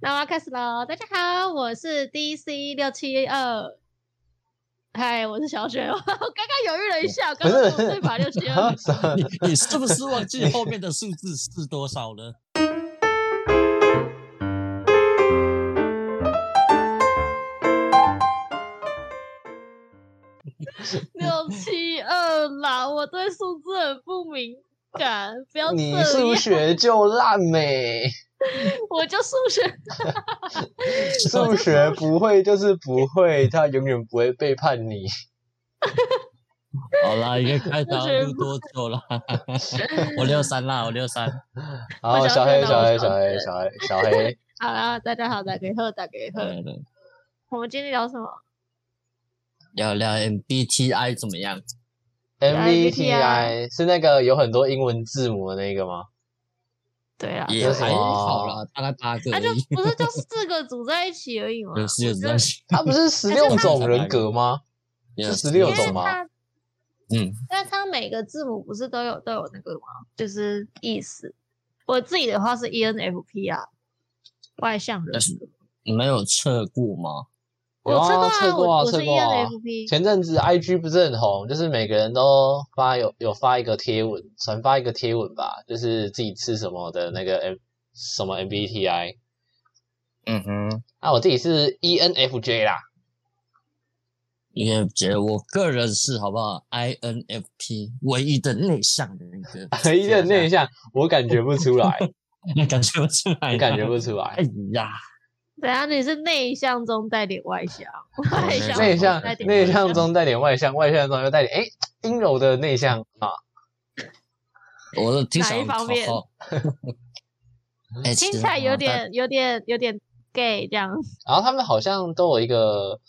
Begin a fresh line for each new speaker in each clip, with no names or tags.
那我要开始喽！大家好，我是 DC 六七二，嗨，我是小雪。 我刚刚犹豫了一下，我刚刚
不是
说对吧？六七
啊
二，
什么
你你是不是忘记后面的数字是多少了？
六七二啦！我对数字很不敏感，不要这
你
样。
数学就 烂没，
我就数学，
数学不会就是不会，他永远不会背叛你。
好啦，应该开导录多久啦？我六三啦，我六三。
然后
我
小
想
黑，
知道
小黑，
我想
小黑，小黑， 小黑，
好啦，大家好，打给贺，打给
嗯
贺。我们今天聊什么？
聊聊 MBTI 怎么样？
E
MBTI E 是那个有很多英文字母的那个吗？
对啦，
也还好啦，大概八个
那、
而
就
已。
不是就四个组在一起而已吗？
有是有
我觉得
东西，
它不是十六种人格吗？
有
是16
因为
种吗
它
嗯，
但它每个字母不是都有都有那个吗？就是意思。我自己的话是 ENFP 啊，外向人
但。是没有测过吗？
我测过
测过啊
我我是 E
测过啊
ENFP。
前阵子 IG 不是很红，就是每个人都发有有发一个贴文，转发一个贴文吧，就是自己吃什么的那个 M 什么 MBTI。
嗯哼，
啊，我自己是 ENFJ 啦。
也觉我个人是好不好？INFP 唯一的内向的那个，
唯 一的内向，我感觉不出来，
向， 感觉不出来，
我感觉不出来
哎。呀，
等下啊你是内向中带点外向，外向
哦内
中
向
带点
内
外
向中带点外向，外向中又带点哎阴柔的内向啊。
我都挺
哪
想
一方面
考
嗯
听
哎其
起
实
来有
啊
好
点有点有点 gay 这样。
然后他们好像都有一个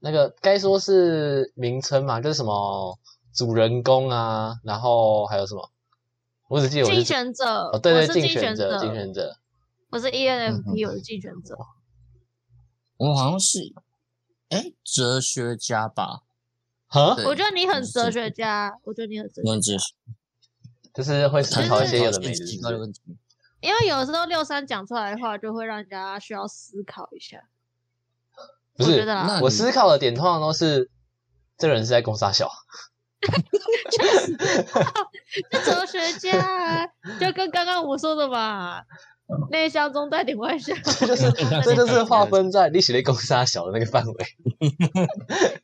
那个该说是名称嘛，就是什么主人公啊，然后还有什么，我 只记得我
竞
是
选者，
哦对对
我是
竞
竞选
者嗯竞选者，
我是 E ENFP，我是竞选者。
我好像是，哎，哲学家吧？
哈，
对
哦我觉得你很
我是
哲学家，我觉得你很哲学家，
论哲学，
就是会思考一些有的没的
很奇怪的
事。
问题。
因为有时候六三讲出来的话，就会让人家需要思考一下。
不
我觉
是
得，啦
那，
我思考的点通常都是这个人是在攻杀小，
就哲学家啊，就跟刚刚我说的嘛，内向中带点外向，
这就是
那
这
你
就是划分在历史类攻杀小的那个范围。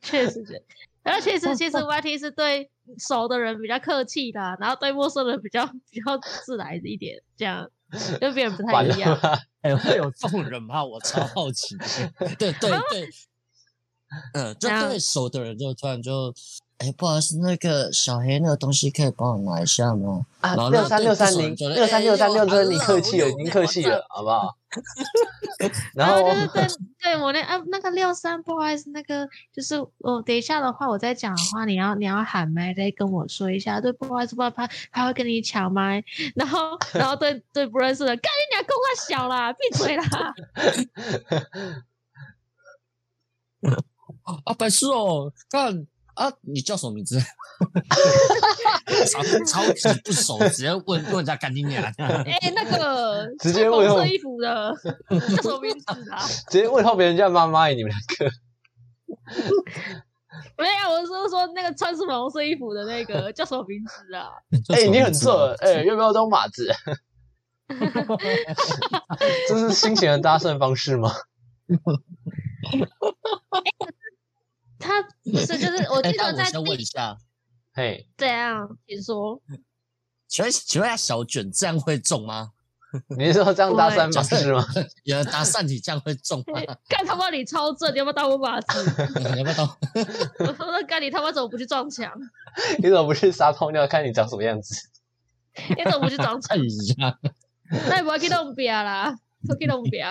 确实是。然后其实其实 YT 是对熟的人比较客气的啊，然后对陌生人比较比较自然一点，这样跟别人不太
完
一
了
样。
吗？
哎，会有这种人吗？我超好奇的。 对对
啊
对，嗯，就
怎样
对熟的人就突然就，哎，不好意思，那个小黑那个东西可以帮我拿一下吗？
啊，
然后
六三
那
六
个
三
对
零
不爽
六三六三六
就
三，
是
你
哎
客气了，
又
已经客气了，好不好？然
然
啊
后
后
就是对对我那啊那个六三，不好意思，那个就是哦，等一下的话，我再讲的话，你要你要喊麦再跟我说一下。对，不好意思，不好意思，他他会跟你抢麦，然后然后对对不认识的，干你俩公话小啦，闭嘴啦！
啊，白痴哦，看啊，你叫什么 名字？超超级不熟，直接问问人家干你娘！啊
哎、那个
直
穿
接
红
问
色
候
衣服的叫什么名字啊？
直接问候别人家妈妈，哎 你们两个
没有，我是说那个穿什么红色衣服的那个叫什么名字啊？
哎、你很色，哎、要不要当马子？ 这是新型的搭讪方式吗？
他是就是我
哎，
记得
但我
在
先问
第
一下，
嘿，
怎样？你说
请问请问一下小卷这样会中吗？
你是说这样搭讪方式吗？
有人搭讪你这样会中吗？
干他妈你超正，你要不要当我马子？
你要不要当？
我说干你他妈怎么不去撞墙？
你怎么不去撒泡尿看你长什么样子？
你怎么不去撞 墙？
哎呀，
那你不要去弄别啦，不要去弄别。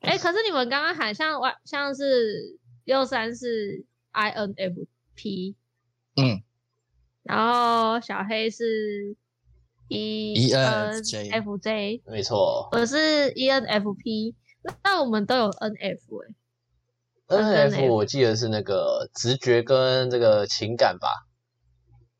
哎、可是你们刚刚喊像我像是六三是 INFP，
嗯，
然后小黑是 E ENFJ，
没错
我是 E ENFP，那那我们都有 NF 哎、
，NF
NF
我记得是那个直觉跟这个情感吧。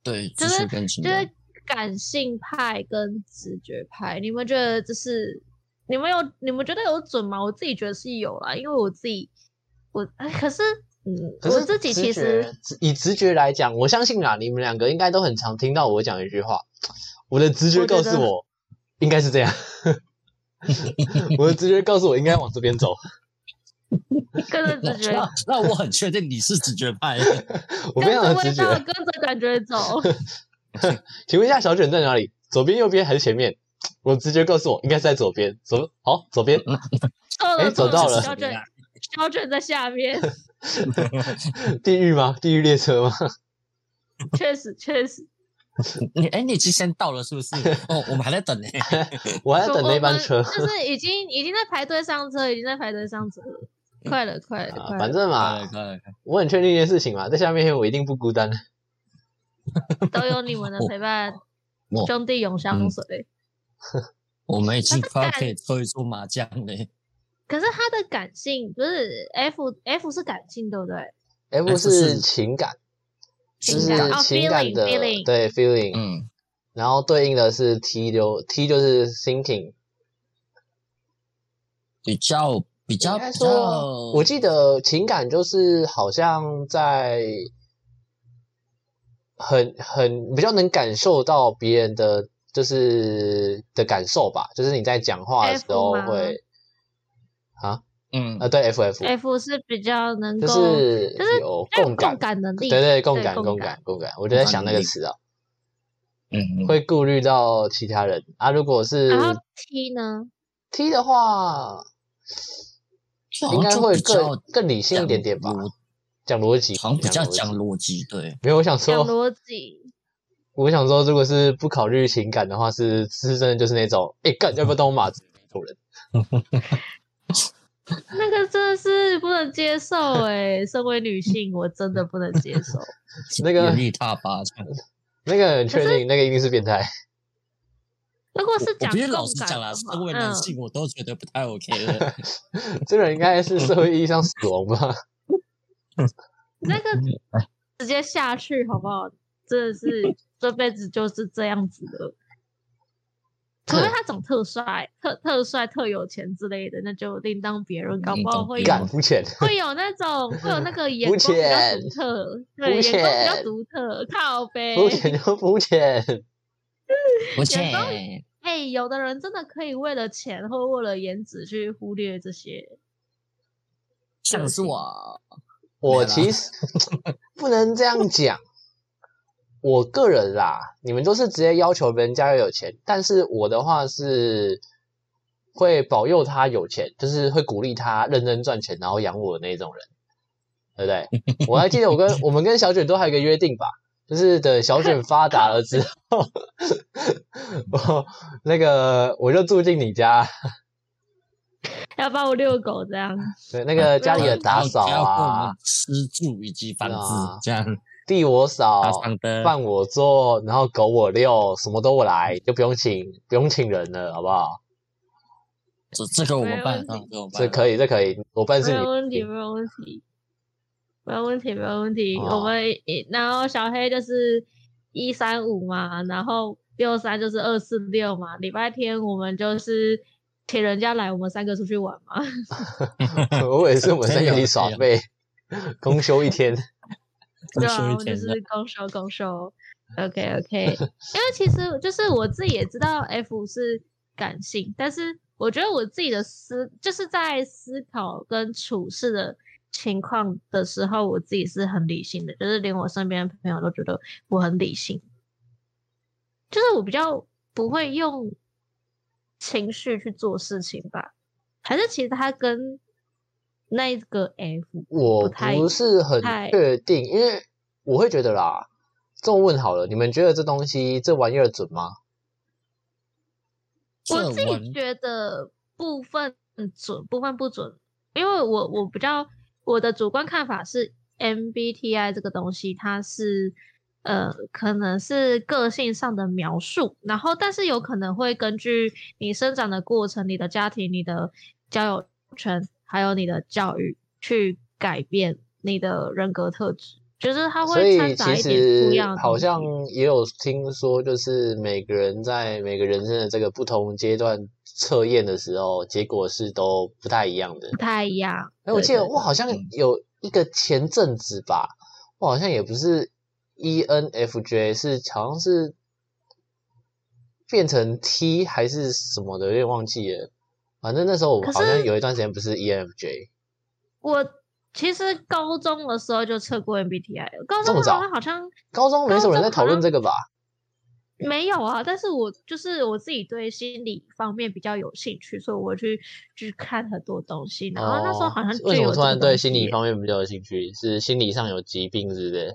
对，
就
就是是跟情
就
感
是感性派跟直觉派，你们觉得这是你们有你们觉得有准吗？我自己觉得是有啦，因为我自己我哎可是嗯，
可是
我自己
直
其实
觉直以直觉来讲，我相信啦，你们两个应该都很常听到我讲一句话，我的直觉
我觉
告
得
诉我应该是 这样，我的直觉告诉我应该往这边走，
跟着直觉，
那那我很确定你是直觉派的，
我非
跟
常
着
的直
味
觉
道，。跟着感觉走。
请问一下，小卷在哪里？左边、右边还是前面？我直觉告诉我应该是在左边，左好左边。
嗯到
哎
了，
走 到了
小卷，
啊
小卷在下 面，
地狱吗？地狱列车吗？
确实确实。
你哎，你已经先到了是不 是？哦，我们还在等呢。
我还在等
我
那班
们
车。
就是已经已经在排队上车，已经在排队上车了，快了快了
啊
快
反
了，
正
对
嘛，
对对
我很确定一件事情嘛，在下面我一定不孤单。
都有你们的陪伴
我，
兄弟永相
嗯
随。
我们已经快要
但是
可以推出麻将了。
可是他的感性不是 F F 是感性哎对不对？
F
是
哎是情感，就
情
是
感哦
情感的
feeling，feeling
对 feeling，
嗯，
然后对应的是 T 就 T 就是 thinking。
比较比较
应该
比
说
较，
我记得情感就是好像在很很比较能感受到别人的就是的感受吧，就是你在讲话的时
F
候
吗
会
嗯
啊，对 F F
F 是比较能
就
够
是
就是
有
要有
共感，
感能力，
对对，共
对
感
共
共
感
感共感，我就在想那个词啊，
嗯，
会顾虑到其他人啊。如果是
然后 T 呢？
T 的话，
就
应
好
该
像就
会
比较
更更理性一点点吧，讲逻辑，
好像比较讲
逻辑。
逻辑，对，
没有，我想
讲
说，
逻辑，
我想说，如果是不考虑情感的话，是是真的就是那种，哎、干，要不要当我马子那种人？
那个真的是不能接受 哎、身为女性，我真的不能接受。
那个
原地踏吧这样。
那个很确
可是
定，那个一定是变态。
如果
我
是
我
讲
必须
共
老实
感
讲啦，
的话
身为男
嗯
性，我都觉得不太 OK 了。
这个人应该是社会意义上死亡吧？
那
嗯
个直接下去好不好？真的 是这辈子就是这样子的，除非他长特帅、特特帅、特有钱之类的，那就另当别论。搞不好会
另当
有
干肤浅，
会有那 种会有那个眼光比较
浅
独特，对，眼
肤
光比
浅
较独特，靠呗。
肤浅就肤浅。
我
有时候
切，
哎、有的人真的可以为了钱或为了颜值去忽略这些，
像是我，
我
没啦
其实不能这样讲，我个人啦，你们都是直接要求别人家要有钱，但是我的话是会保佑他有钱，就是会鼓励他认真赚钱，然后养我的那种人，对不对？我还记得我跟我们跟小卷都还有一个约定吧，就是等小卷发达了之后，我那个我就住进你家，
要帮我遛狗这样。
对那个家里的打扫
然后只要给我
啊
们，吃住以及房
啊
子这样，
地我扫，
打赏的
饭我做，然后狗我遛，什么都我来，
嗯
就不用请不用请人了，好不好？
这这个我们办得
没
到
问，
这个我们办
这
得到。
可以，这可以，我办
没
事
有问
你
题，。没有问题，没有问题，没有问题。
哦
我们一然后小黑就是一三五嘛，然后六三就是二四六嘛。礼拜天我们就是请人家来，我们三个出去玩嘛。哎
我也是，我们三个
可以
人
啊
耍
可以
废，
啊
公休一天。
对
多
啊，
说
我
一
们就
点的
是攻守攻守。OK OK，因为其实就是我自己也知道 F 是感性，但是我觉得我自己的思就是在思考跟处事的情况的时候，我自己是很理性的，就是连我身边的朋友都觉得我很理性，就是我比较不会用情绪去做事情吧，还是其实他跟那一个 F
我
不太
不是很
太
确定，因为我会觉得啦，这么问好了，你们觉得这东西这玩意儿准吗？
我自
这玩
己觉得部分准，部分不准，因为我我比较我的主观看法是 MBTI 这个东西，它是呃可能是个性上的描述，然后但是有可能会根据你生长的过程、你的家庭、你的交友圈，还有你的教育去改变你的人格特质。就是他
所
会
以
掺杂一
其
点不一
实
样的
好
东西
像也有听说，就是每个人在每个人生的这个不同阶段测验的时候，结果是都不太一样的
不。太一样。
哎，我
对
记得
对
我好像
嗯
有一个前阵子吧，我好像也不是 E ENFJ，是好像是变成 T 还是什么的，有点忘记了。反正那时候我
可
好像
是
有一段时间不是 E ENFJ，
我其实高中的时候就测过 MBTI，了高
这
中
么
好
早
像好像
高中没什么人在讨论这个吧？
没有啊，但是我就是我自己对心理方面比较有兴趣，所以我去去看很多东西，然啊后那时候
哦
好像就
为什
有这
么突
个
然对
东
心
西
理
耶
方面比较有兴趣？是心理上有疾病，是不是？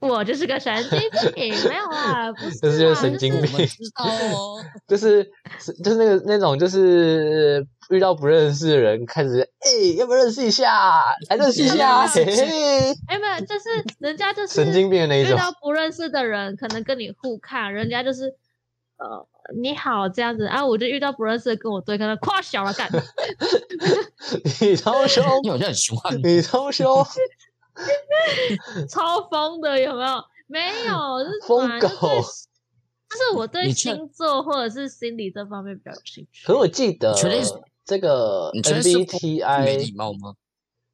我就是个神经病，没有啊，不是
这是
啊，
神
就
经
是
病
我们知道哦，
就是是就是那个那种，就是遇到不认识的人，开始哎、要不要认识一下？来认识一下，嘿嘿，
哎，没有， 就是人家就是
神经病的那一
遇
种。
到不认识的人，可能跟你互看，人家就是呃你好这样子啊，我就遇到不认识的跟我对看，夸小了干，
你超凶，
因为我就很凶悍，
你超凶，
超疯的有没有？没 有，就是
疯
本来就对
狗
就是我对
你确
星座或者是心理这方面比较有兴趣
可。我记得
你确定是
这个
你确定是
MBTI
没礼貌吗？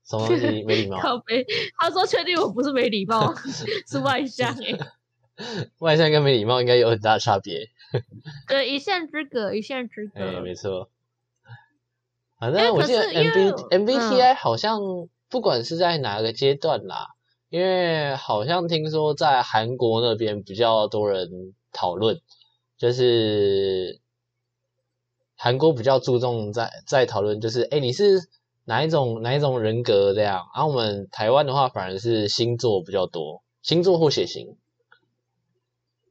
什么东西没礼貌？
靠背，他说确定我不是没礼貌， 是外向哎、
外向跟没礼貌应该有很大的差别。
对，一线之隔，一线之隔。
哎、没错。反
嗯哎
正我
可
记得
是因为
MB
嗯
MBTI 好像不管是在哪个阶段啦，因为好像听说在韩国那边比较多人讨论，就是韩国比较注重在在讨论，就是哎、诶你是哪一种哪一种人格这样，而、我们台湾的话反而是星座比较多，星座或血型，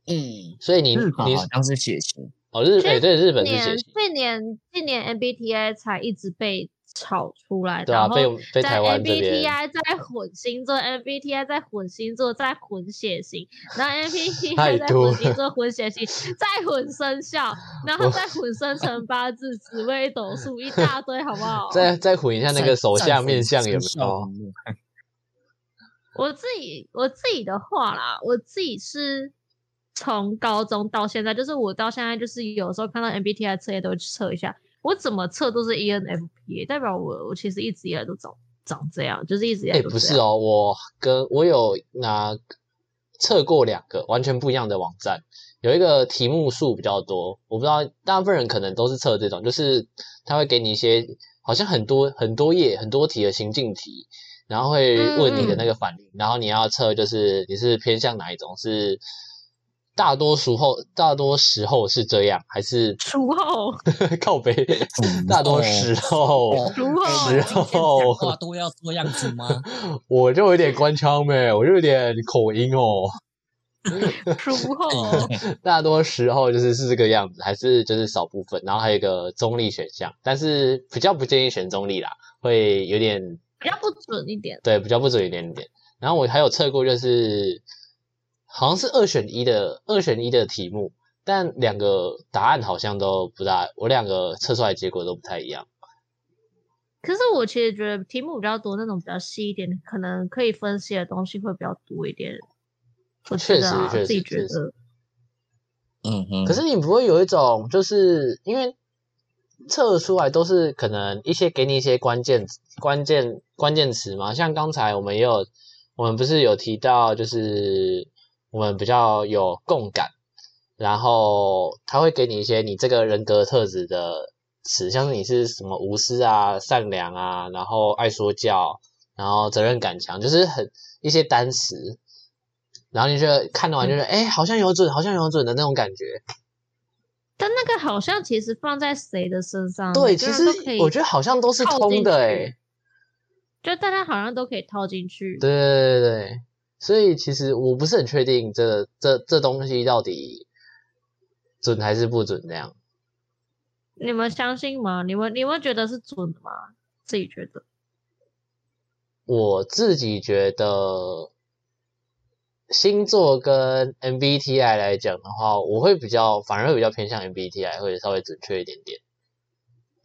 嗯，
所以你
日本
你
好像是血型，
哦日
其
哎、
实
对日本是血
年
型，
去年近年 MBTI 才一直被炒出来，
对啊，
然后
被
在
被台湾这边
MBTI 在混星座，MBTI 在混星座，在混血型， 然后
太
MBTI 在
多
混
了
星座、混血型，再混生 肖，然后再混生辰八字、紫微斗数，一大堆，好不 好？
再再混一下那个手下面相有没有？
有？
我自己我自己的话啦，我自己是从高中到现在，就是我到现在就是有时候看到 MBTI 测验都会去测一下，我怎么测都是 E ENFP，代表我我其实一直以来都长长这样，就是一直以
哎、
来都
不
这
是
样。
哦，我跟我有拿测过两个完全不一样的网站，有一个题目数比较多，我不知道大部分人可能都是测这种，就是他会给你一些好像很多很多页很多题的情境题，然后会
嗯
问你的那个反应，然后你要测就是你是偏向哪一种，是大多数后大多时候是这样，还是
除后，
靠北大多
哦
时候。
除后，
时候
话都要这样子吗？
我就有点官腔呗，我就有点口音哦。
除
嗯
嗯
后，
大多时候就是是这个样子，还是就是少部分，然后还有一个中立选项，但是比较不建议选中立啦，会有点
比较不准一点。
对比较不准一点点。然后我还有测过，就是好像是二选一的二选一的题目，但两个答案好像都不大，我两个测出来结果都不太一样。
可是我其实觉得题目比较多，那种比较细一点的，可能可以分析的东西会比较多一点。我觉
确
得啊
实确
自己
实
觉
确实
得，
嗯哼，
可是你不会有一种，就是因为测出来都是可能一些给你一些关键关键关键词嘛，像刚才我们也有，我们不是有提到，就是我们比较有共感，然后他会给你一些你这个人格特质的词，像是你是什么无私啊、善良啊，然后爱说教，然后责任感强，就是很一些单词。然后你觉得看完就觉得，哎、好像有准，好像有准的那种感觉。
但那个好像其实放在谁的身上，每
对，
个
其
人
实
都可以
我觉得好像都是
套
通
进
的
去
诶、
就大家好像都可以套进去。
对对对对对，所以其实我不是很确定这这这东西到底准还是不准这样。
你们相信吗？你们你们觉得是准的吗？自己觉得
我自己觉得星座跟 MBTI 来讲的话，我会比较反而会比较偏向 MBTI，会稍微准确一点点，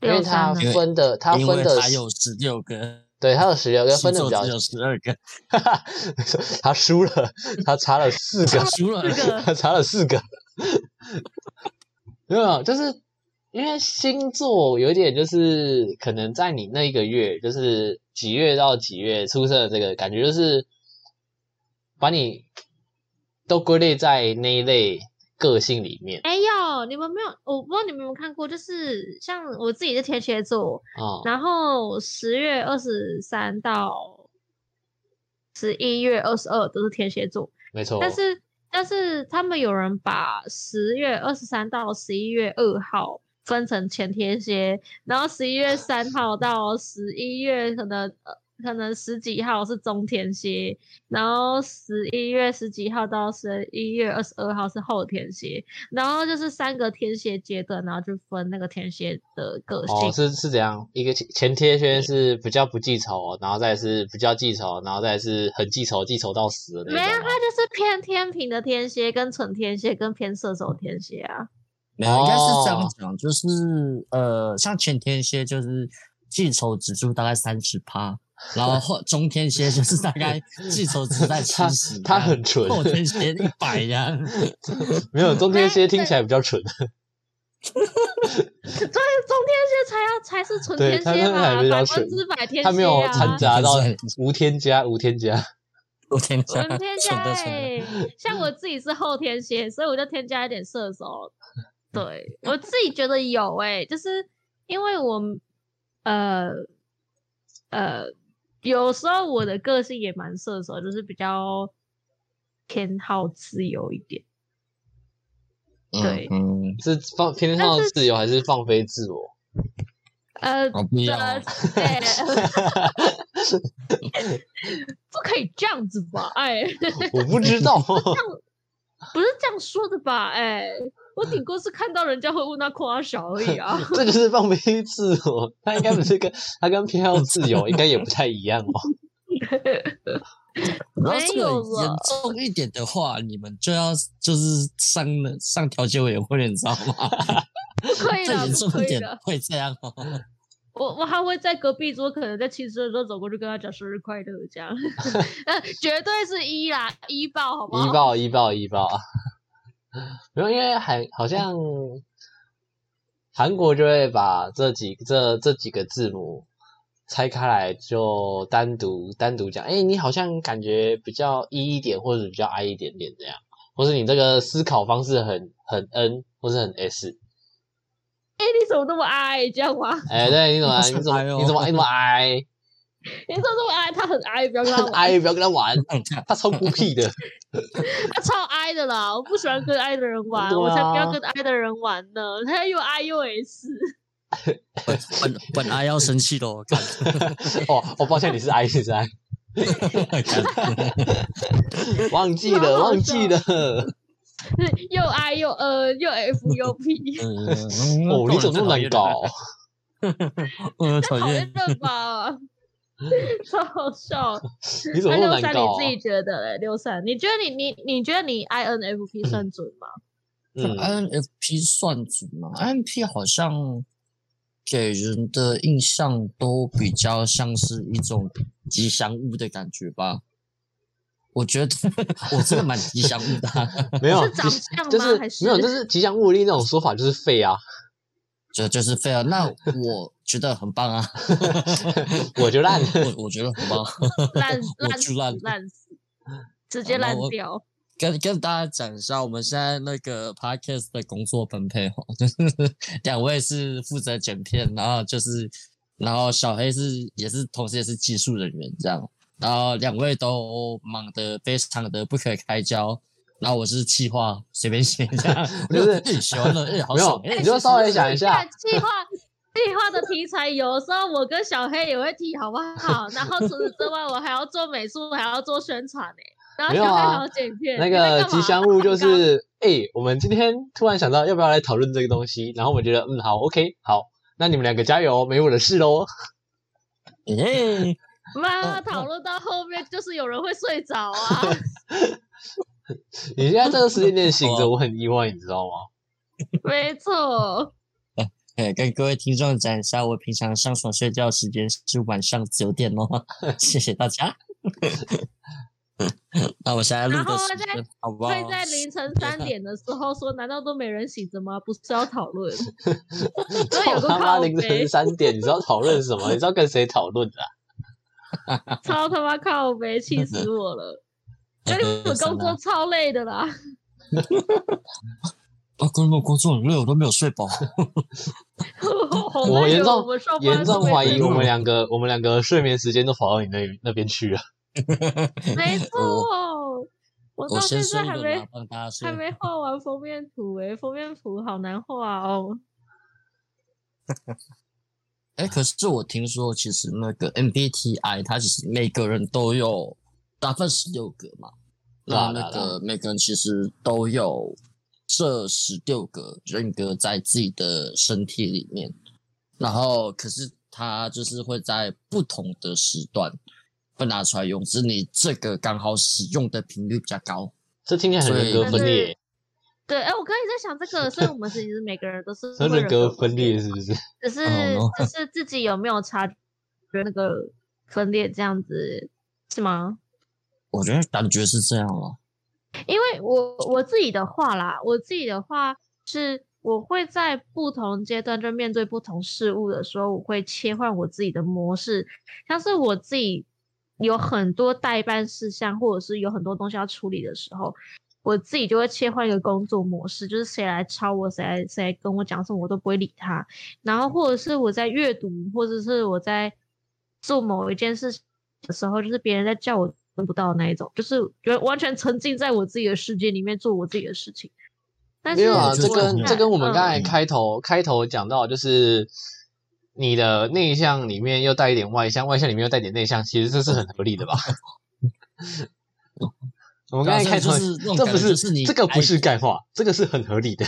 因为
六
它
三呢？
分的它
因
分
为
的
他有十六个
对，他有十六个分的比较
只，有十二个，
他输了，他差了四个
他，输了
这 个
他查了四个，没有没有，就是因为星座有点就是可能在你那一个月，就是几月到几月出生的这个感觉，就是把你都归类在那一类个性里面
哎呦，你们没有，我不知道你们有没有看过，就是像我自己是天蝎座，
啊、
然后十月二十三到十一月二十二都是天蝎座，
没错，
但是但是他们有人把十月二十三到十一月二号分成前天蝎，然后十一月三号到十一月可能呃可能十几号是中天蝎，然后十一月十几号到十一月二十二号是后天蝎，然后就是三个天蝎阶段，然后就分那个天蝎的个性。
哦是是怎样？一个前前贴圈是比较不记仇，哦然后再是比较记仇，然后再是很记仇，记仇到死的那
没有，
种哦
它
吗。
就是偏天平的天蝎，跟纯天蝎，跟偏射手天蝎啊。
没有，应该是这样讲，就是呃，
哦
像前天蝎就是记仇指数大概三十趴，然后后中天蝎就是大 概记仇值在七
他
十，啊
他很纯，
后天蝎一百呀，
没有中天
哎
蝎听
对
起来比较蠢。
对，中天蝎才要才是纯
对
天
他
蝎
那还
吧，
比较
百
纯
分之百天蝎啊。
他没有 掺杂到
对
无添加，无添加。
后天蝎
纯天蝎
蠢的蠢的，
欸，像我自己是后天蝎，所以我就添加一点射手。对我自己觉得有诶、就是因为我呃呃，有时候我的个性也蛮射手，就是比较偏好自由一点。对
嗯，嗯
是放偏向自由还是放飞自我？
呃，
好不要哦
呃，哎不可以这样子吧？哎，
我不知道，
不是这样说的吧？哎，我顶多是看到人家会问他夸小而已 啊。
这就是放飞自我。他应该不是跟他跟偏向自由应该也不太一样哦。
然后
没
这个
有了
严重一点的话，你们就要就是上上调解委员会了，你知道吗？
不可以
再
的，
严
不
重
可
一
以
点
的。
会这样哦。
我我还会在隔壁桌，可能在庆生的时候走过去跟他讲生日快乐，这样。 呃，绝对是一啦，一爆好不好？
一爆一爆一爆， 没有，因为韩好像韩国就会把这几这这几个字母拆开来，就单独单独讲。哎、你好像感觉比较 E 一一点，或者比较 I 一点点这样，或是你这个思考方式很很 N，或是很 S。
哎，你怎么那么矮？这样吗？
哎、对，你怎么
好
你
想
怎么
挨哦
你怎么你怎么 I
你怎么那么矮？他很矮，不要跟他玩。
I 不要跟他玩，
让他
他超孤僻的。
他超哀的啦，我不喜欢跟哀的人玩，
对
我才不
啊
要跟哀的人玩呢。他又哀又 S，
本本本来要生气喽，看，
哦，我、抱歉，你是 I，你是 I，忘记
好
了
好
忘记了。哦
又哀又呃又 F 又
嗯
P，
哦
哦，
你怎么那么难搞？？啊
嗯，
讨
讨
厌
厌，
了吧？超好笑。
你怎么
那
那么
六
难
三
搞啊
你自？己觉得嘞？六三，你觉得你你你觉得你 INFP 算准吗？
嗯，
INFP 算准吗？INFP 好像给人的印象都比较像是一种吉祥物的感觉吧。我觉得 我真的蛮吉祥物的啊、
嗯没有
是，长相吗？
就是
还
没有，就是吉祥物力那种说法就是废啊，
就就是废了。那我觉得 很棒啊，
我就烂。
我我觉得很棒。
烂
我
烂
去
死
烂
烂死，直接
好那
烂
我
掉。
跟跟大家讲一下，我们现在那个 podcast 的工作分配哦，就是两位是负责剪片，然后就是，然后小黑是也是同时也是技术人员这样，然后两位都忙得非常的不可开交，然后我是企划，随便写一下，我
就
就是哎喜欢了，哎好
没有
爽，哎
你就稍微想一下
看哎计划。计划的题材有时候我跟小黑也会提，好不好？ 然后除此之外，我还要做美术，还要做宣传呢、欸然后
没有
小黑
啊
还要剪片，
那
你在
个
干
吉
嘛
祥物就是， 哎、我们今天突然想到要不要来讨论这个东西，然后我觉得，嗯，好，OK，好，那你们两个加油，没我的事 喽。
哎，
妈
嗯
讨论到后面，就是有人会睡着啊。
你现在这个时间点醒着，
哦
我很意外，你知道吗？
没错，
对，跟各位听众讲一下，我平常上床睡觉时间是晚上九点哦， 谢谢大家。 那我现在录
然
的
后
时
再
间好不好？
会在凌晨三点的时候说，难道都没人醒着吗？不是要讨 论，都有个
他妈
靠
凌
背
晨三点，你知道讨论什么？你知道跟谁讨论啊？
超他妈靠背，气死我了。而且我工作超累的啦，
啊，工作工作很累，我都没有睡饱。
好
我
累
严
哦
重
我们双方
严
都
重
没
怀
睡
疑我 们两个，我们两个睡眠时间都跑到你那那边去了。
没错，我
我
到现
先睡
在
一
还
轮啊
没，
帮大家睡
还。没画完封面图诶、封面图好难画哦。
哎，可是我听说，其实那个 MBTI 它其实每个人都有大概十六个嘛，那
啦
嗯那
啦
个每个人其实都有这十六个人格在自己的身体里面，然后可是它就是会在不同的时段会拿出来用，只是你这个刚好使用的频率比较高。
这听起来很人格分裂，
对，哎、我刚才在想这个，所以我们其实每个人都 是
这
会
人格分
裂
裂是不是？
只是、
哦
只是自己有没有察觉那个分裂这样子是吗？
我觉得感觉是这样哦了。
因为我我自己的话啦，我自己的话是我会在不同阶段就面对不同事物的时候，我会切换我自己的模式，像是我自己有很多代办事项，或者是有很多东西要处理的时候。我自己就会切换一个工作模式，就是谁来抄我，谁来谁来跟我讲什么，我都不会理他。然后或者是我在阅读，或者是我在做某一件事情的时候，就是别人在叫我做不到的那一种，就是觉得完全沉浸在我自己的世界里面做我自己的事情。但是
没有啊，
我
这
现
跟
在
这跟我们
嗯
刚才开头、开头讲到，就是你的内向里面又带一点外向，外向里面又带点内向，其实这是很合理的吧？ 我们刚才开头，
啊就是那种
这
感
不
觉就是你
这个不
爱
是概话，这个是很合理的。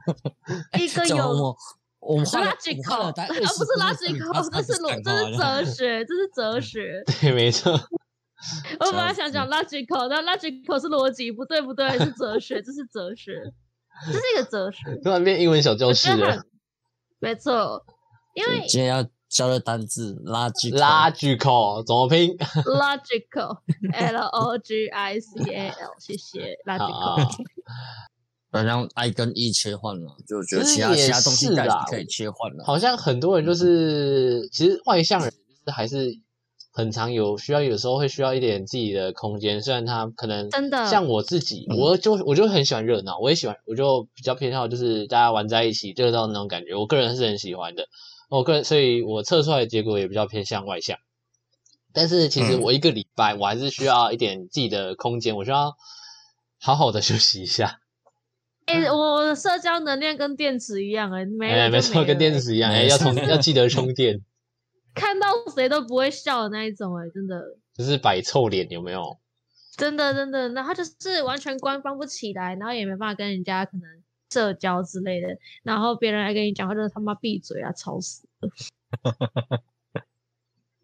一个
哎怎么
有
我我们换了我们换
logical，
了
啊
大概
不是
20分钟
logical，这是逻，这是哲学，这是哲学。
对，没 错，
我本来想讲 logical，但 logical 是逻辑，不对不对，是哲学，这是哲学，这是一个哲学。
突然变英文小教
我
室
觉得
了
很。没错，因为
今天要教的单字垃圾
拉句口怎么拼？
logical L O G I C A L，谢谢
啊
logical。，
好像 I 跟 E 切换了，就觉得
其实
其他
也
其他东西
是
感
啦
觉可以切换了。
好像很多人就是，其实外向人就是还是很常有需要，有时候会需要一点自己的空间。虽然他可能
真的
像我自己，
嗯
我就我就很喜欢热闹，我也喜欢，我就比较偏好就是大家玩在一起热闹那种感觉，我个人是很喜欢的。我个人，所以我测出来的结果也比较偏向外向。但是其实
嗯
我一个礼拜，我还是需要一点自己的空间，我需要好好的休息一下。
哎、我我的社交能量跟电池一样、哎，没了
哎，
就
没错，
了
跟电
哎
池一样，
没
哎，要
事
充，要记得充电。
看到谁都不会笑的那一种、哎，真的，
就是摆臭脸，有没有？
真的，真的。然后就是完全官方不起来，然后也没办法跟人家可能社交之类的，然后别人来跟你讲话，就是他妈闭嘴啊，吵死了。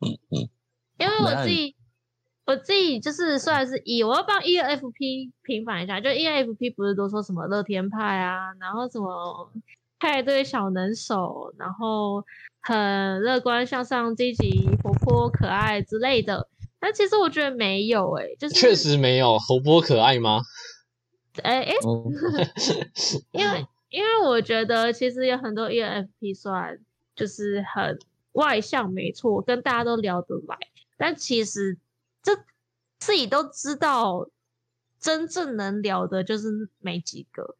因为我
那
自
你
己，我自己就是虽然是 E，我要帮 ENFP 平反一下，就 E ENFP 不是都说什么乐天派啊，然后什么派对小能手，然后很乐观向上、积极、活泼、可爱之类的。但其实我觉得没有诶、就是
确实没有，活泼可爱吗？
诶诶，
哦
哎因
嗯
为因为我觉得其实有很多 E ENFP 虽然就是很外向，没错，跟大家都聊得来，但其实这自己都知道，真正能聊的就是没几个。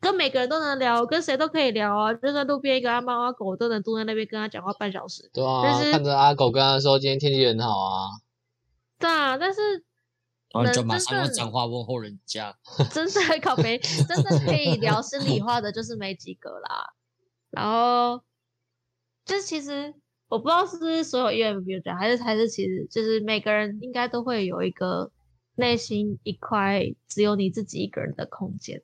跟每个人都能聊，跟谁都可以聊啊！就算路边一个阿猫阿狗，我都能坐在那边跟他讲话半小时。
对啊
但，是
看着阿狗跟他说今天天气很好啊，
对啊，但是
然后哦你就
能
马
真
上用
正
脏话问候人家，
真的靠北，真的可以聊心里话的，就是没几个啦。然后，就是其实我不知道是不是所有 EMB 都这样，还是还是其实就是每个人应该都会有一个内心一块只有你自己一个人的空间。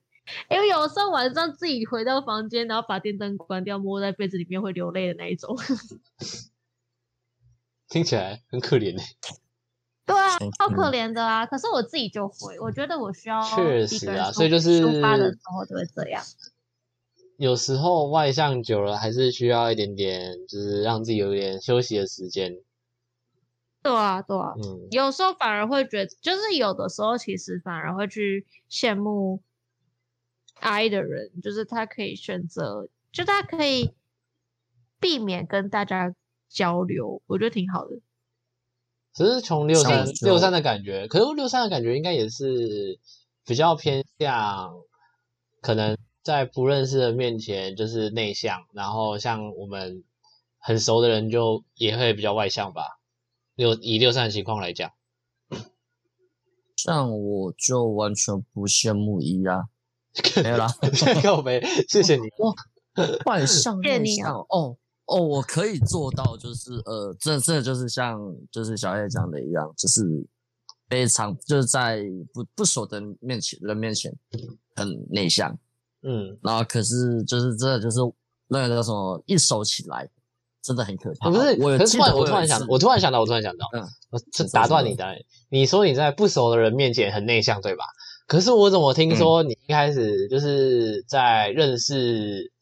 因为有时候晚上自己回到房间，然后把电灯关掉，摸在被子里面会流泪的那一种。
听起来很可怜呢。欸
对啊
嗯，
超可怜的啊！可是我自己就会，我觉得我需要
确
一
实
个人
啊
抒
所以就是
抒发的时候就会这样。
有时候外向久了，还是需要一点点，就是让自己有一点休息的时间。
对啊，对啊，
嗯，
有时候反而会觉得，就是有的时候其实反而会去羡慕 I 的人，就是他可以选择，就他可以避免跟大家交流，我觉得挺好的。
只是从六三
像我
六三的感觉，可是六三的感觉应该也是比较偏向，可能在不认识的面前就是内向，然后像我们很熟的人就也会比较外向吧。六以六三的情况来讲，
像我就完全不羡慕一啊，没 有啦，
告白，谢谢你。
外向
谢谢
内
你
向哦哦，我可以做到，就是呃，这这就是像就是小叶讲的一样，就是非常就是在不不熟的面前人面前很内向，
嗯，
然后可是就是真的就是那个叫什么一熟起来，真的很可怕。
啊不是，
我有
可是
记
突
得
然
我
突然想，我突然想到，我突然想到，
嗯
我就
你说
打
什
断
么
你，打断你。你说你在不熟的人面前很内向，对吧？可是我怎么
嗯
听说你一开始就是在认识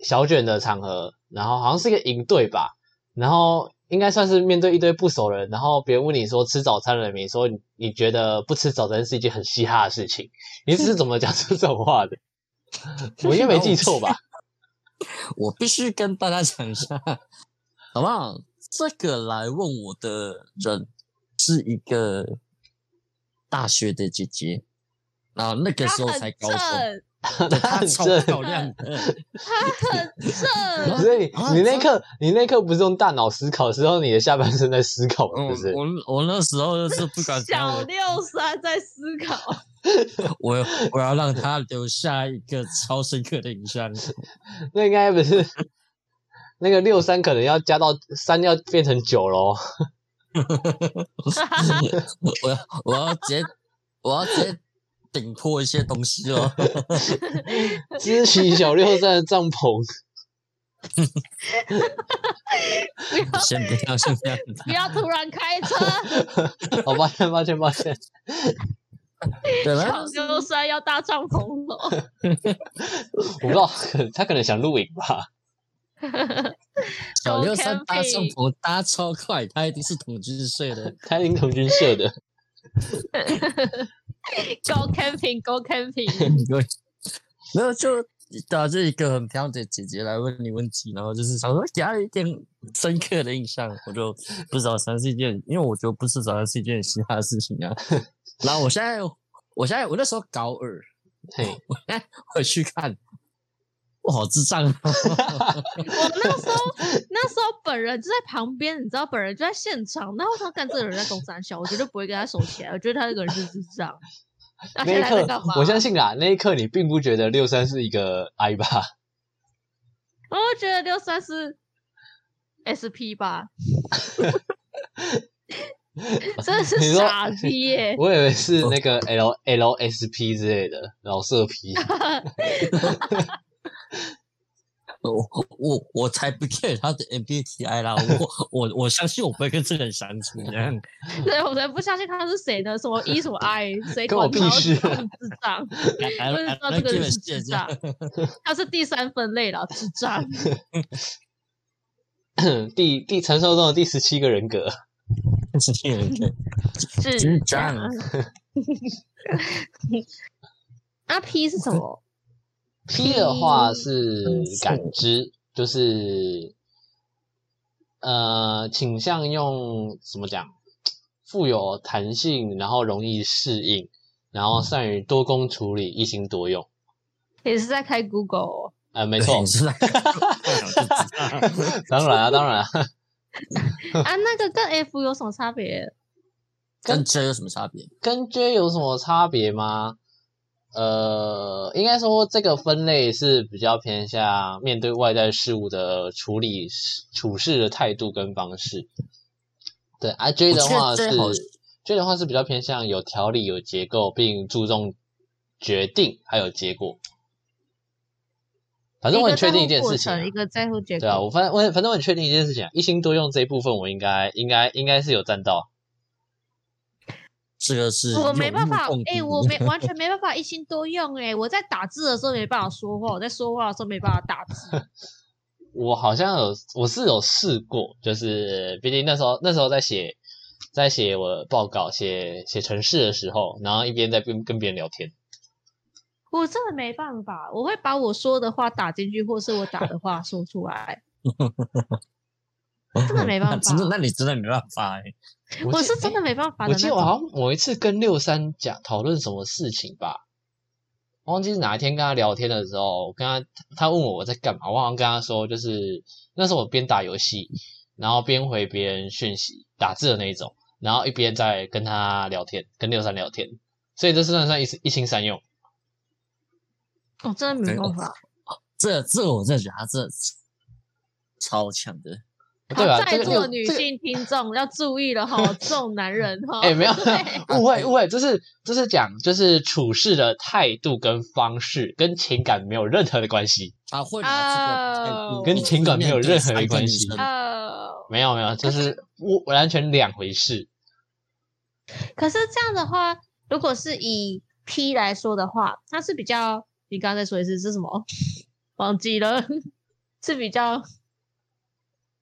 小卷的场合，然后好像是一个营队吧，然后应该算是面对一堆不熟人，然后别人问你说吃早餐了没，说你你觉得不吃早餐是一件很嘻哈的事情，你是怎么讲出这种 话的？我应该没记错吧？
我必须跟大家讲一下，好不好？这个来问我的人是一个大学的姐姐，然后那个时候
他
才
很
高中，
正，
对她
很
超
正
漂亮 的，
他很 正，
所以你
啊
你那
真
刻你那刻不是用大脑思考，是用你的下半身在思考，是
嗯
不是？
我我那时候就是不敢怎样，
小
我
六三在思考，
我我要让她留下一个超深刻的印象。
那应该不是那个六三可能要加到三要变成九 喽。
我要我要直接我要直接顶破一些东西哦。
支起小六三的帐篷，
先不要，先不要，
不要突然开车，
好抱歉抱歉抱歉，
对
小
吧？
六三要搭帐篷了。
我不知道可他可能想露营吧。
小六
Go
三搭
camping
帐篷搭超快，他一定是统治税的。
开灵童军社的，
Go camping, go camping，
对，没有就打这一个很漂亮的姐姐来问你问题，然后就是想说给她一点深刻的印象，我就不知道三是一件，因为我觉得不吃早餐是一件嘻哈的事情啊。 然后我现在，我现在我那时候高二，
嘿，
我现在回去看，我好智障、哦。
我哦那时候那时候本人就在旁边，你知道，本人就在现场。然后我想，干这个人在公山小，我绝对不会跟他手起来。我觉得他这个人是智障。那
那
现
一
在在
刻
干嘛？
我相信啊，那一刻你并不觉得六三是一个 I 吧？
我会觉得六三是 SP 吧，真的是
你说
傻逼耶、
我以为是那个 L
哦
L S P 之类的老色批。
我我我才不 care 他的 MBTI 啦， 我我我相信我不会跟这个人相处这样。
对，我才不相信他是谁呢？什么 E 什么 I，谁
关我
管
屁
他？
事
智障，
I
我就知
don't- I
道这
don't
个
give
人
a
是智
shit 这样
障，他是第三分类了，智障。
第第传说中的第十七个人格，
是这样 的
智
智障。
那啊 P 是什 么？
P 的话是感知，就是呃倾向用怎么讲，富有弹性，然后容易适应，然后善于多工处理，一心多用。
也是在开 Google，、哦、
呃，没
没
错
你，是啊 哪个我就知道
当然啊，当然啊，
啊，那个跟 F 有什么差别？
跟 J 有什么差别？
跟 J 有什么差别吗？呃，应该说这个分类是比较偏向面对外在事物的处理处事的态度跟方式。对啊，J 的话
我
是
觉得 J 好
J 的话是比较偏向有条理、有结构，并注重决定还有结果。反正我很确定一件事情
个在
啊、
乎过程一个在乎结果。
对啊，我反我反正我很确定一件事情、啊，一心多用这一部分我应该应该应该是有占到。
这个是
我没
有
办
目
法
共，
哎、
睹
我没完全没办法一心多用、哎，我在打字的时候没办法说话，我在说话的时候没办法打字。
我好像有，我是有试过，就是毕竟那时候那时候在写在写我的报告、写写程式的时候，然后一边在跟跟别人聊天。
我真的没办法，我会把我说的话打进去，或是我打的话说出 来。真的没办
那真的
法
那你真的没办法哎、
我
我记
哦是真的没办法的
我
那
记得我
种
好像某一次跟六三讲讨论什么事情吧，我忘记是哪一天跟他聊天的时候，我跟他他问我我在干嘛，我好像跟他说就是那时候我边打游戏，然后边回别人讯息打字的那一种，然后一边在跟他聊天，跟六三聊天，所以这算不算一一心三用？
我真的没
对
办
我
法。
这这我真的觉得他这超强的，
哦对吧？
好在
这个
座
这个
女
这个
性听众要注意了哈，这种男人哈，
哎、没有
对
误会误会，这是这是讲就是处事的态度跟方式，跟情感没有任何的关系。
他会把这个态度
哦
跟情感没有任何的
面对三个
关
女
系
生
呃，
没有没有，就是我完全两回事。
可是这样的话，如果是以 T 来说的话，它是比较，你刚才说的是是什么？忘记了，是比较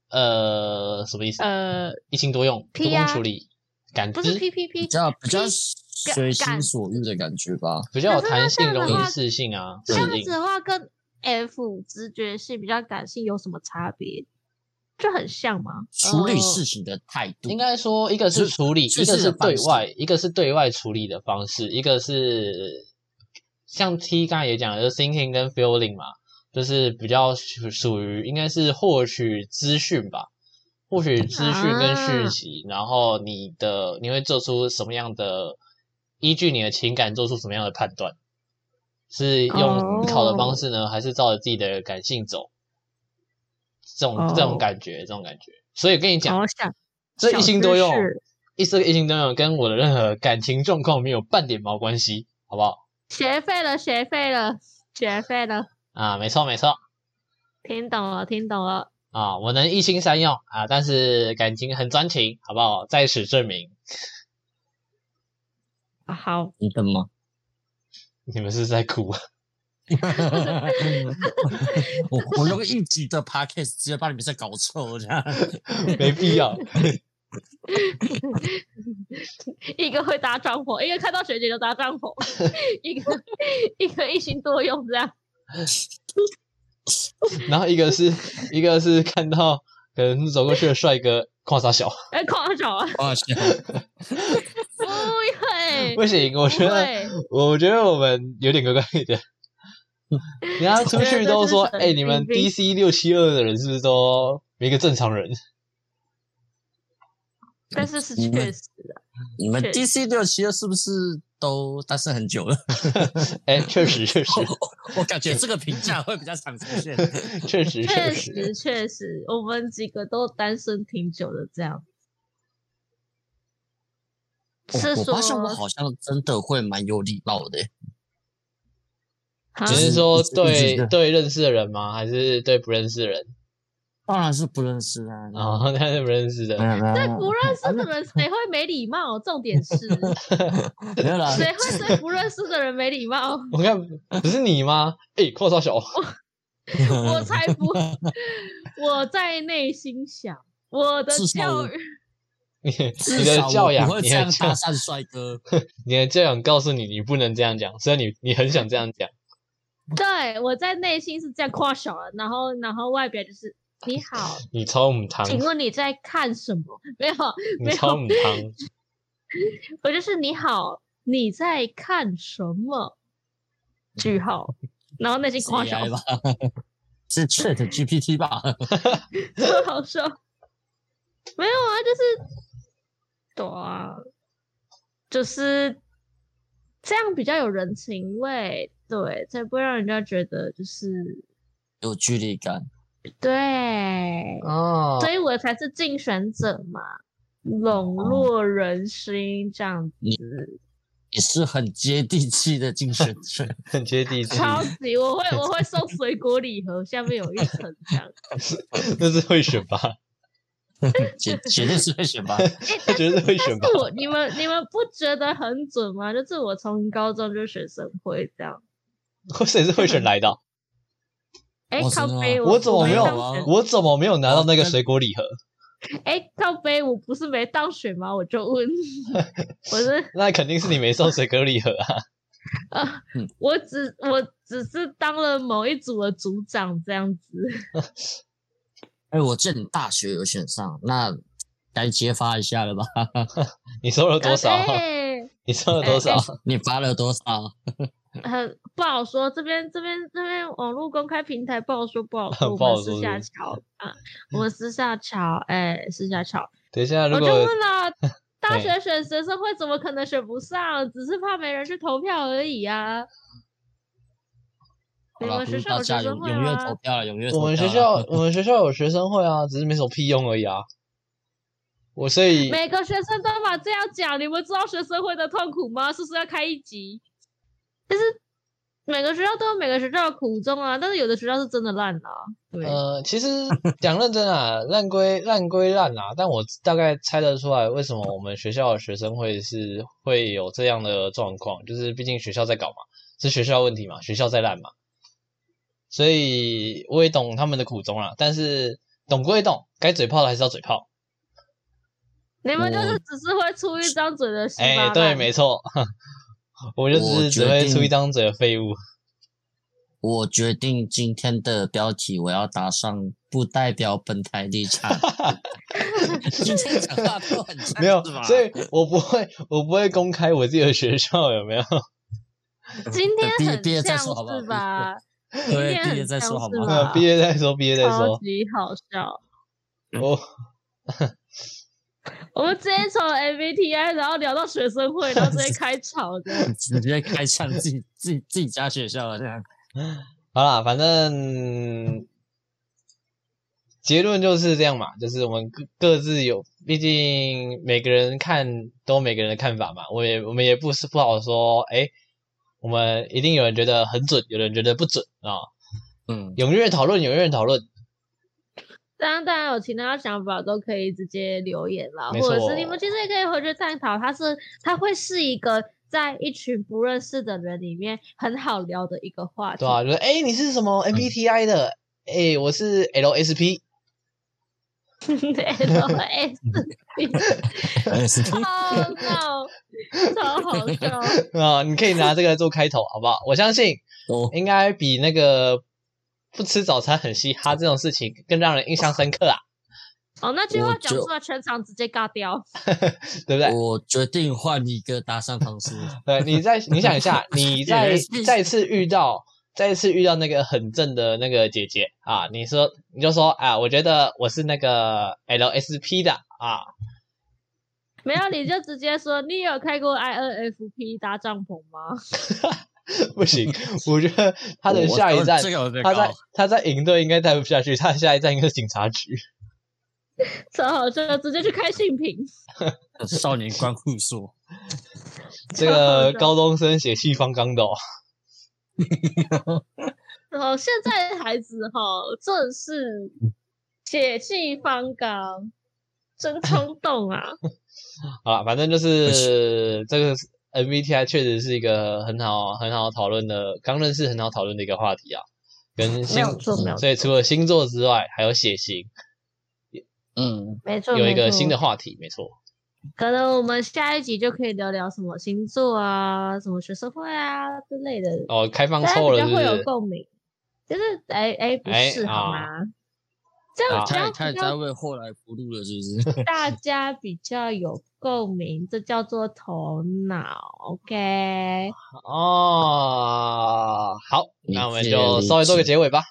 呃，什么意思？
呃，
一心多用，多
P
工
啊
处理，感
不是
知
P P
比
P，
较比较
感
随心所欲的感觉吧。
比较有
可是
弹
那这
性，
样的
容易
话
适性啊，
这
适
样子
应。
的话跟 F 直觉性比较感性有什么差别？就很像吗？
处理
呃
事情的态度，
应该说，一个是
是
处理，
是
一个
是
是
方
对
式
外，一个是对外处理的方式，一个是像 T 刚才也讲的，就是 thinking 跟 feeling 嘛，就是比较属属于应该是获取资讯吧，获取资讯跟讯
啊
息，然后你的你会做出什么样的，依据你的情感做出什么样的判断，是用思考的方
哦
式呢，还是照着自己的感性走？这种这种
哦
感觉，这种感觉，所以跟你讲
好，像
这一心多用
小知识，
一这个一心多用跟我的任何感情状况没有半点毛关系，好不好？
学废了，学废了，学废了，
啊，没错没错
听懂了，听懂了。
啊，我能一心三用啊，但是感情很专情，好不好？在此证明，
啊好，
你懂 吗？
你们是不是在哭 啊？
嗯我 我用一集的 podcast 直接把你们在搞臭这样。
没必要，
一个会搭帐篷，一个看到学姐就搭帐篷， 一个一个一心多用这样。
然后一个是一个是看到可能走过去的帅哥，夸他小，
哎，夸张啊！
哇塞，
不会，
不行，我
不
觉得
会
我觉得我们有点怪怪 的。人家出去都说，
这是神
哎、你们
经病
DC 六七二的人是不是都没个正常人？
但是是
你
确
们
实的。
你们
确
DC 六七二是不是都单身很久了？
哎、确实确实
我感觉这个评价会比较常出 现。
确实确
确
实，
实，确实，我们几个都单身挺久的，这样
我
是
我
说
发现我好像真的会蛮有礼貌的欸、
啊
只
就是哦
说
一直
对
一直
对认识的人吗？还是对不认识的人
当然是不认识啊。
啊？ 那、是不认识的
没，有没有没
对
有
不认识的人谁会没礼貌？重点 是谁
没有啦，
会对不认识的人没礼貌？
我看不是你吗？哎、扩少小，
我 才不，我在内心想，我的
至少
教
我
育
你
至
你的
少
教
我
养
不，会
你
这
的
样
教
搭讪帅哥。
你的教养告诉你，你不能这样讲，虽然你你很想这样讲，
对我在内心是这样夸小了，然后然后外表就是你好，
你超母汤，
请问你在看什么？没有，
你
没有
超母 汤，
我就是你好，你在看什么？句号，然后内心夸小
AI，吧， 是 Chat GPT 吧？
超 好笑。没有啊，就是，对啊，就是这样比较有人情味，对，才不会让人家觉得就是
有距离感，
对。
哦
所以我才是竞选者嘛，笼
哦
络人心这样
你
子，
也是很接地气的竞 选者。
很接地气，
超级我会我会送水果礼盒，下面有一层这样，
那是会选吧？
绝绝对是会 选拔。
我觉得会 选
但
吧。
是我你们你们不觉得很准吗？就是我从高中就学生会这样，
谁是会选 来的啊？
哎、
哦
靠
真的
背
吗
我怎么没有啊
没当选
我怎么没有拿到
嗯
那个
哦
水果礼盒？
哎、靠背，我不是没当选吗？我就 问，我是
那肯定是你没送水果礼盒啊！
呃
嗯，
我只我只是当了某一组的组长这样子。
哎，我见你大学有选上，那该揭发一下了吧？
你收了多少？ 啊
哎
你收了多少？
你发 了多少？
很、不好说，这边这边这边网络公开平台不好说， 不好说，
不好
我们私
说
下
是
瞧啊，我们私下瞧，哎、私下瞧。
等一下，
我
如
就
果
问 了，大
嘿
学选学生会怎么可能选不上？只是怕没人去投票而已啊。
好
你
了，
们
呼
学
吁
校
大
有
家
学
踊
生会
踊跃投
吗？
票了，踊跃投票
我
了。
们学校我们学校有学生会啊，只是没什么屁用而已啊。我所以
每个学生都把这样讲，你们知道学生会的痛苦吗？是不是要开一集？但是每个学校都有每个学校的苦衷啊，但是有的学校是真的烂啊。对，
呃，其实讲认真啊，烂归烂归烂啊，但我大概猜得出来为什么我们学校的学生会是会有这样的状况，就是毕竟学校在搞嘛，是学校问题嘛，学校在烂嘛，所以我也懂他们的苦衷啦，但是懂归懂，该嘴炮的还是要嘴炮。
你们就是
我
只是会出一张嘴的十
哦哎、
八
对，
烂
没错， 我就
我
只是只
决
会出一
定
张嘴的废物。
我决定今天的标题我要打上“不代表本台 立场” 。今天讲话都很呛
没有
是吧，
所以我不会，我不会公开我自己的学校有没 有？
今
毕
天很
毕业再
像
说好不好
是吧？
对
今天，
毕业
很
再说
像
好
是
吗？
吧
嗯毕业再说，毕业再
超
说。
级好笑。
我
我们直接从 MBTI 然后聊到学生 会，然后直接开吵的。
直接开枪自己自己自己家学校了这样。
好啦，反正结论就是这样嘛，就是我们各各自有，毕竟每个人看都有每个人的看法嘛。我也我们也不是不好说，哎、我们一定有人觉得很准，有人觉得不准啊。
嗯，
踊跃讨论，踊跃讨论。
当然，大家有其他想法都可以直接留言啦，
没
或者是你
错
们其实也可以回去探讨，它是它会是一个在一群不认识的人里面很好聊的一个话题。
对啊，就是哎、诶你是什么 MBTI 的？哎、我是 LSP。
LS 哦 no，超好笑。
啊，你可以拿这个做开头，好不好？我相信
我
应该比那个不吃早餐很嘻哈这种事情更让人印象深刻啊，
哦，那句
我
话讲
就
出来，全场直接尬掉。
对不对？
我决定换一个搭上唐诗。
对，你再你想一下， 你再
也是
再次遇到再次遇到那个很正的那个姐姐啊，你说你就说啊，我觉得我是那个 LSP 的啊，
没有，你就直接说，你有开过 INFP 搭帐篷吗？
不行，我觉得 他的
我哦
下一站
这。个有点
他
高
在。他在营队应该待不下去，他的下一站应该是警察局。
超好笑，直接去开性 平。
少年观 护说，
这个高中生写戏方刚的、哦，
哦，现在的孩子哈，真的是血气方刚，真 冲动啊！
好啦，反正就是这个 MBTI 确实是一个很好很好讨论的，刚认识很好讨论的一个话题啊。跟
没
星，
有错，没有错，
所以除了星座之外，还有血型，
嗯，
没错，
有一
没
个
错
新的，话题，没错。
可能我们下一集就可以聊聊什么星座啊、什么学生会啊之类的，
哦，开放
大家
错
比
了
较
是不
会有
是？
共鸣。就是哎哎，不
哎
是
啊
好吗？这
啊
样这
他
样
也开
比
始在
较
为后来铺路了，是 不是？
大家比较有共鸣，这叫做头脑。OK，
哦，好，那我们就
理解
稍微做个结尾吧。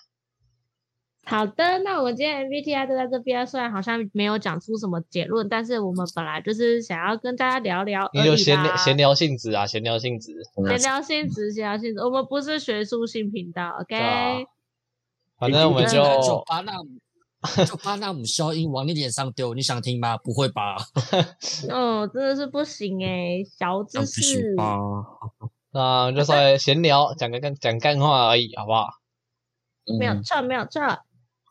好的，那我们今天 MBTI 就在这边，虽然好像没有讲出什么结论，但是我们本来就是想要跟大家聊聊而
那
已
就
啦，
闲聊闲聊性质啊，闲聊性质。
闲
嗯
聊性质，闲聊性质，我们不是学术性频道，OK？、
啊反正我们就
就巴纳姆，就巴纳姆效应往你脸上丢，你想听吗？不会吧？
啊
哦，真的是不行哎、小知
不行
识。
啊
吧？
那就稍微闲聊，讲个干讲干话而已，好不好？
没有
嗯
错，没有错。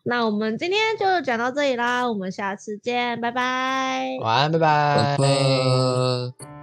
那我们今天就讲到这里啦，我们下次见，拜拜。
嗯晚安，拜拜。
拜拜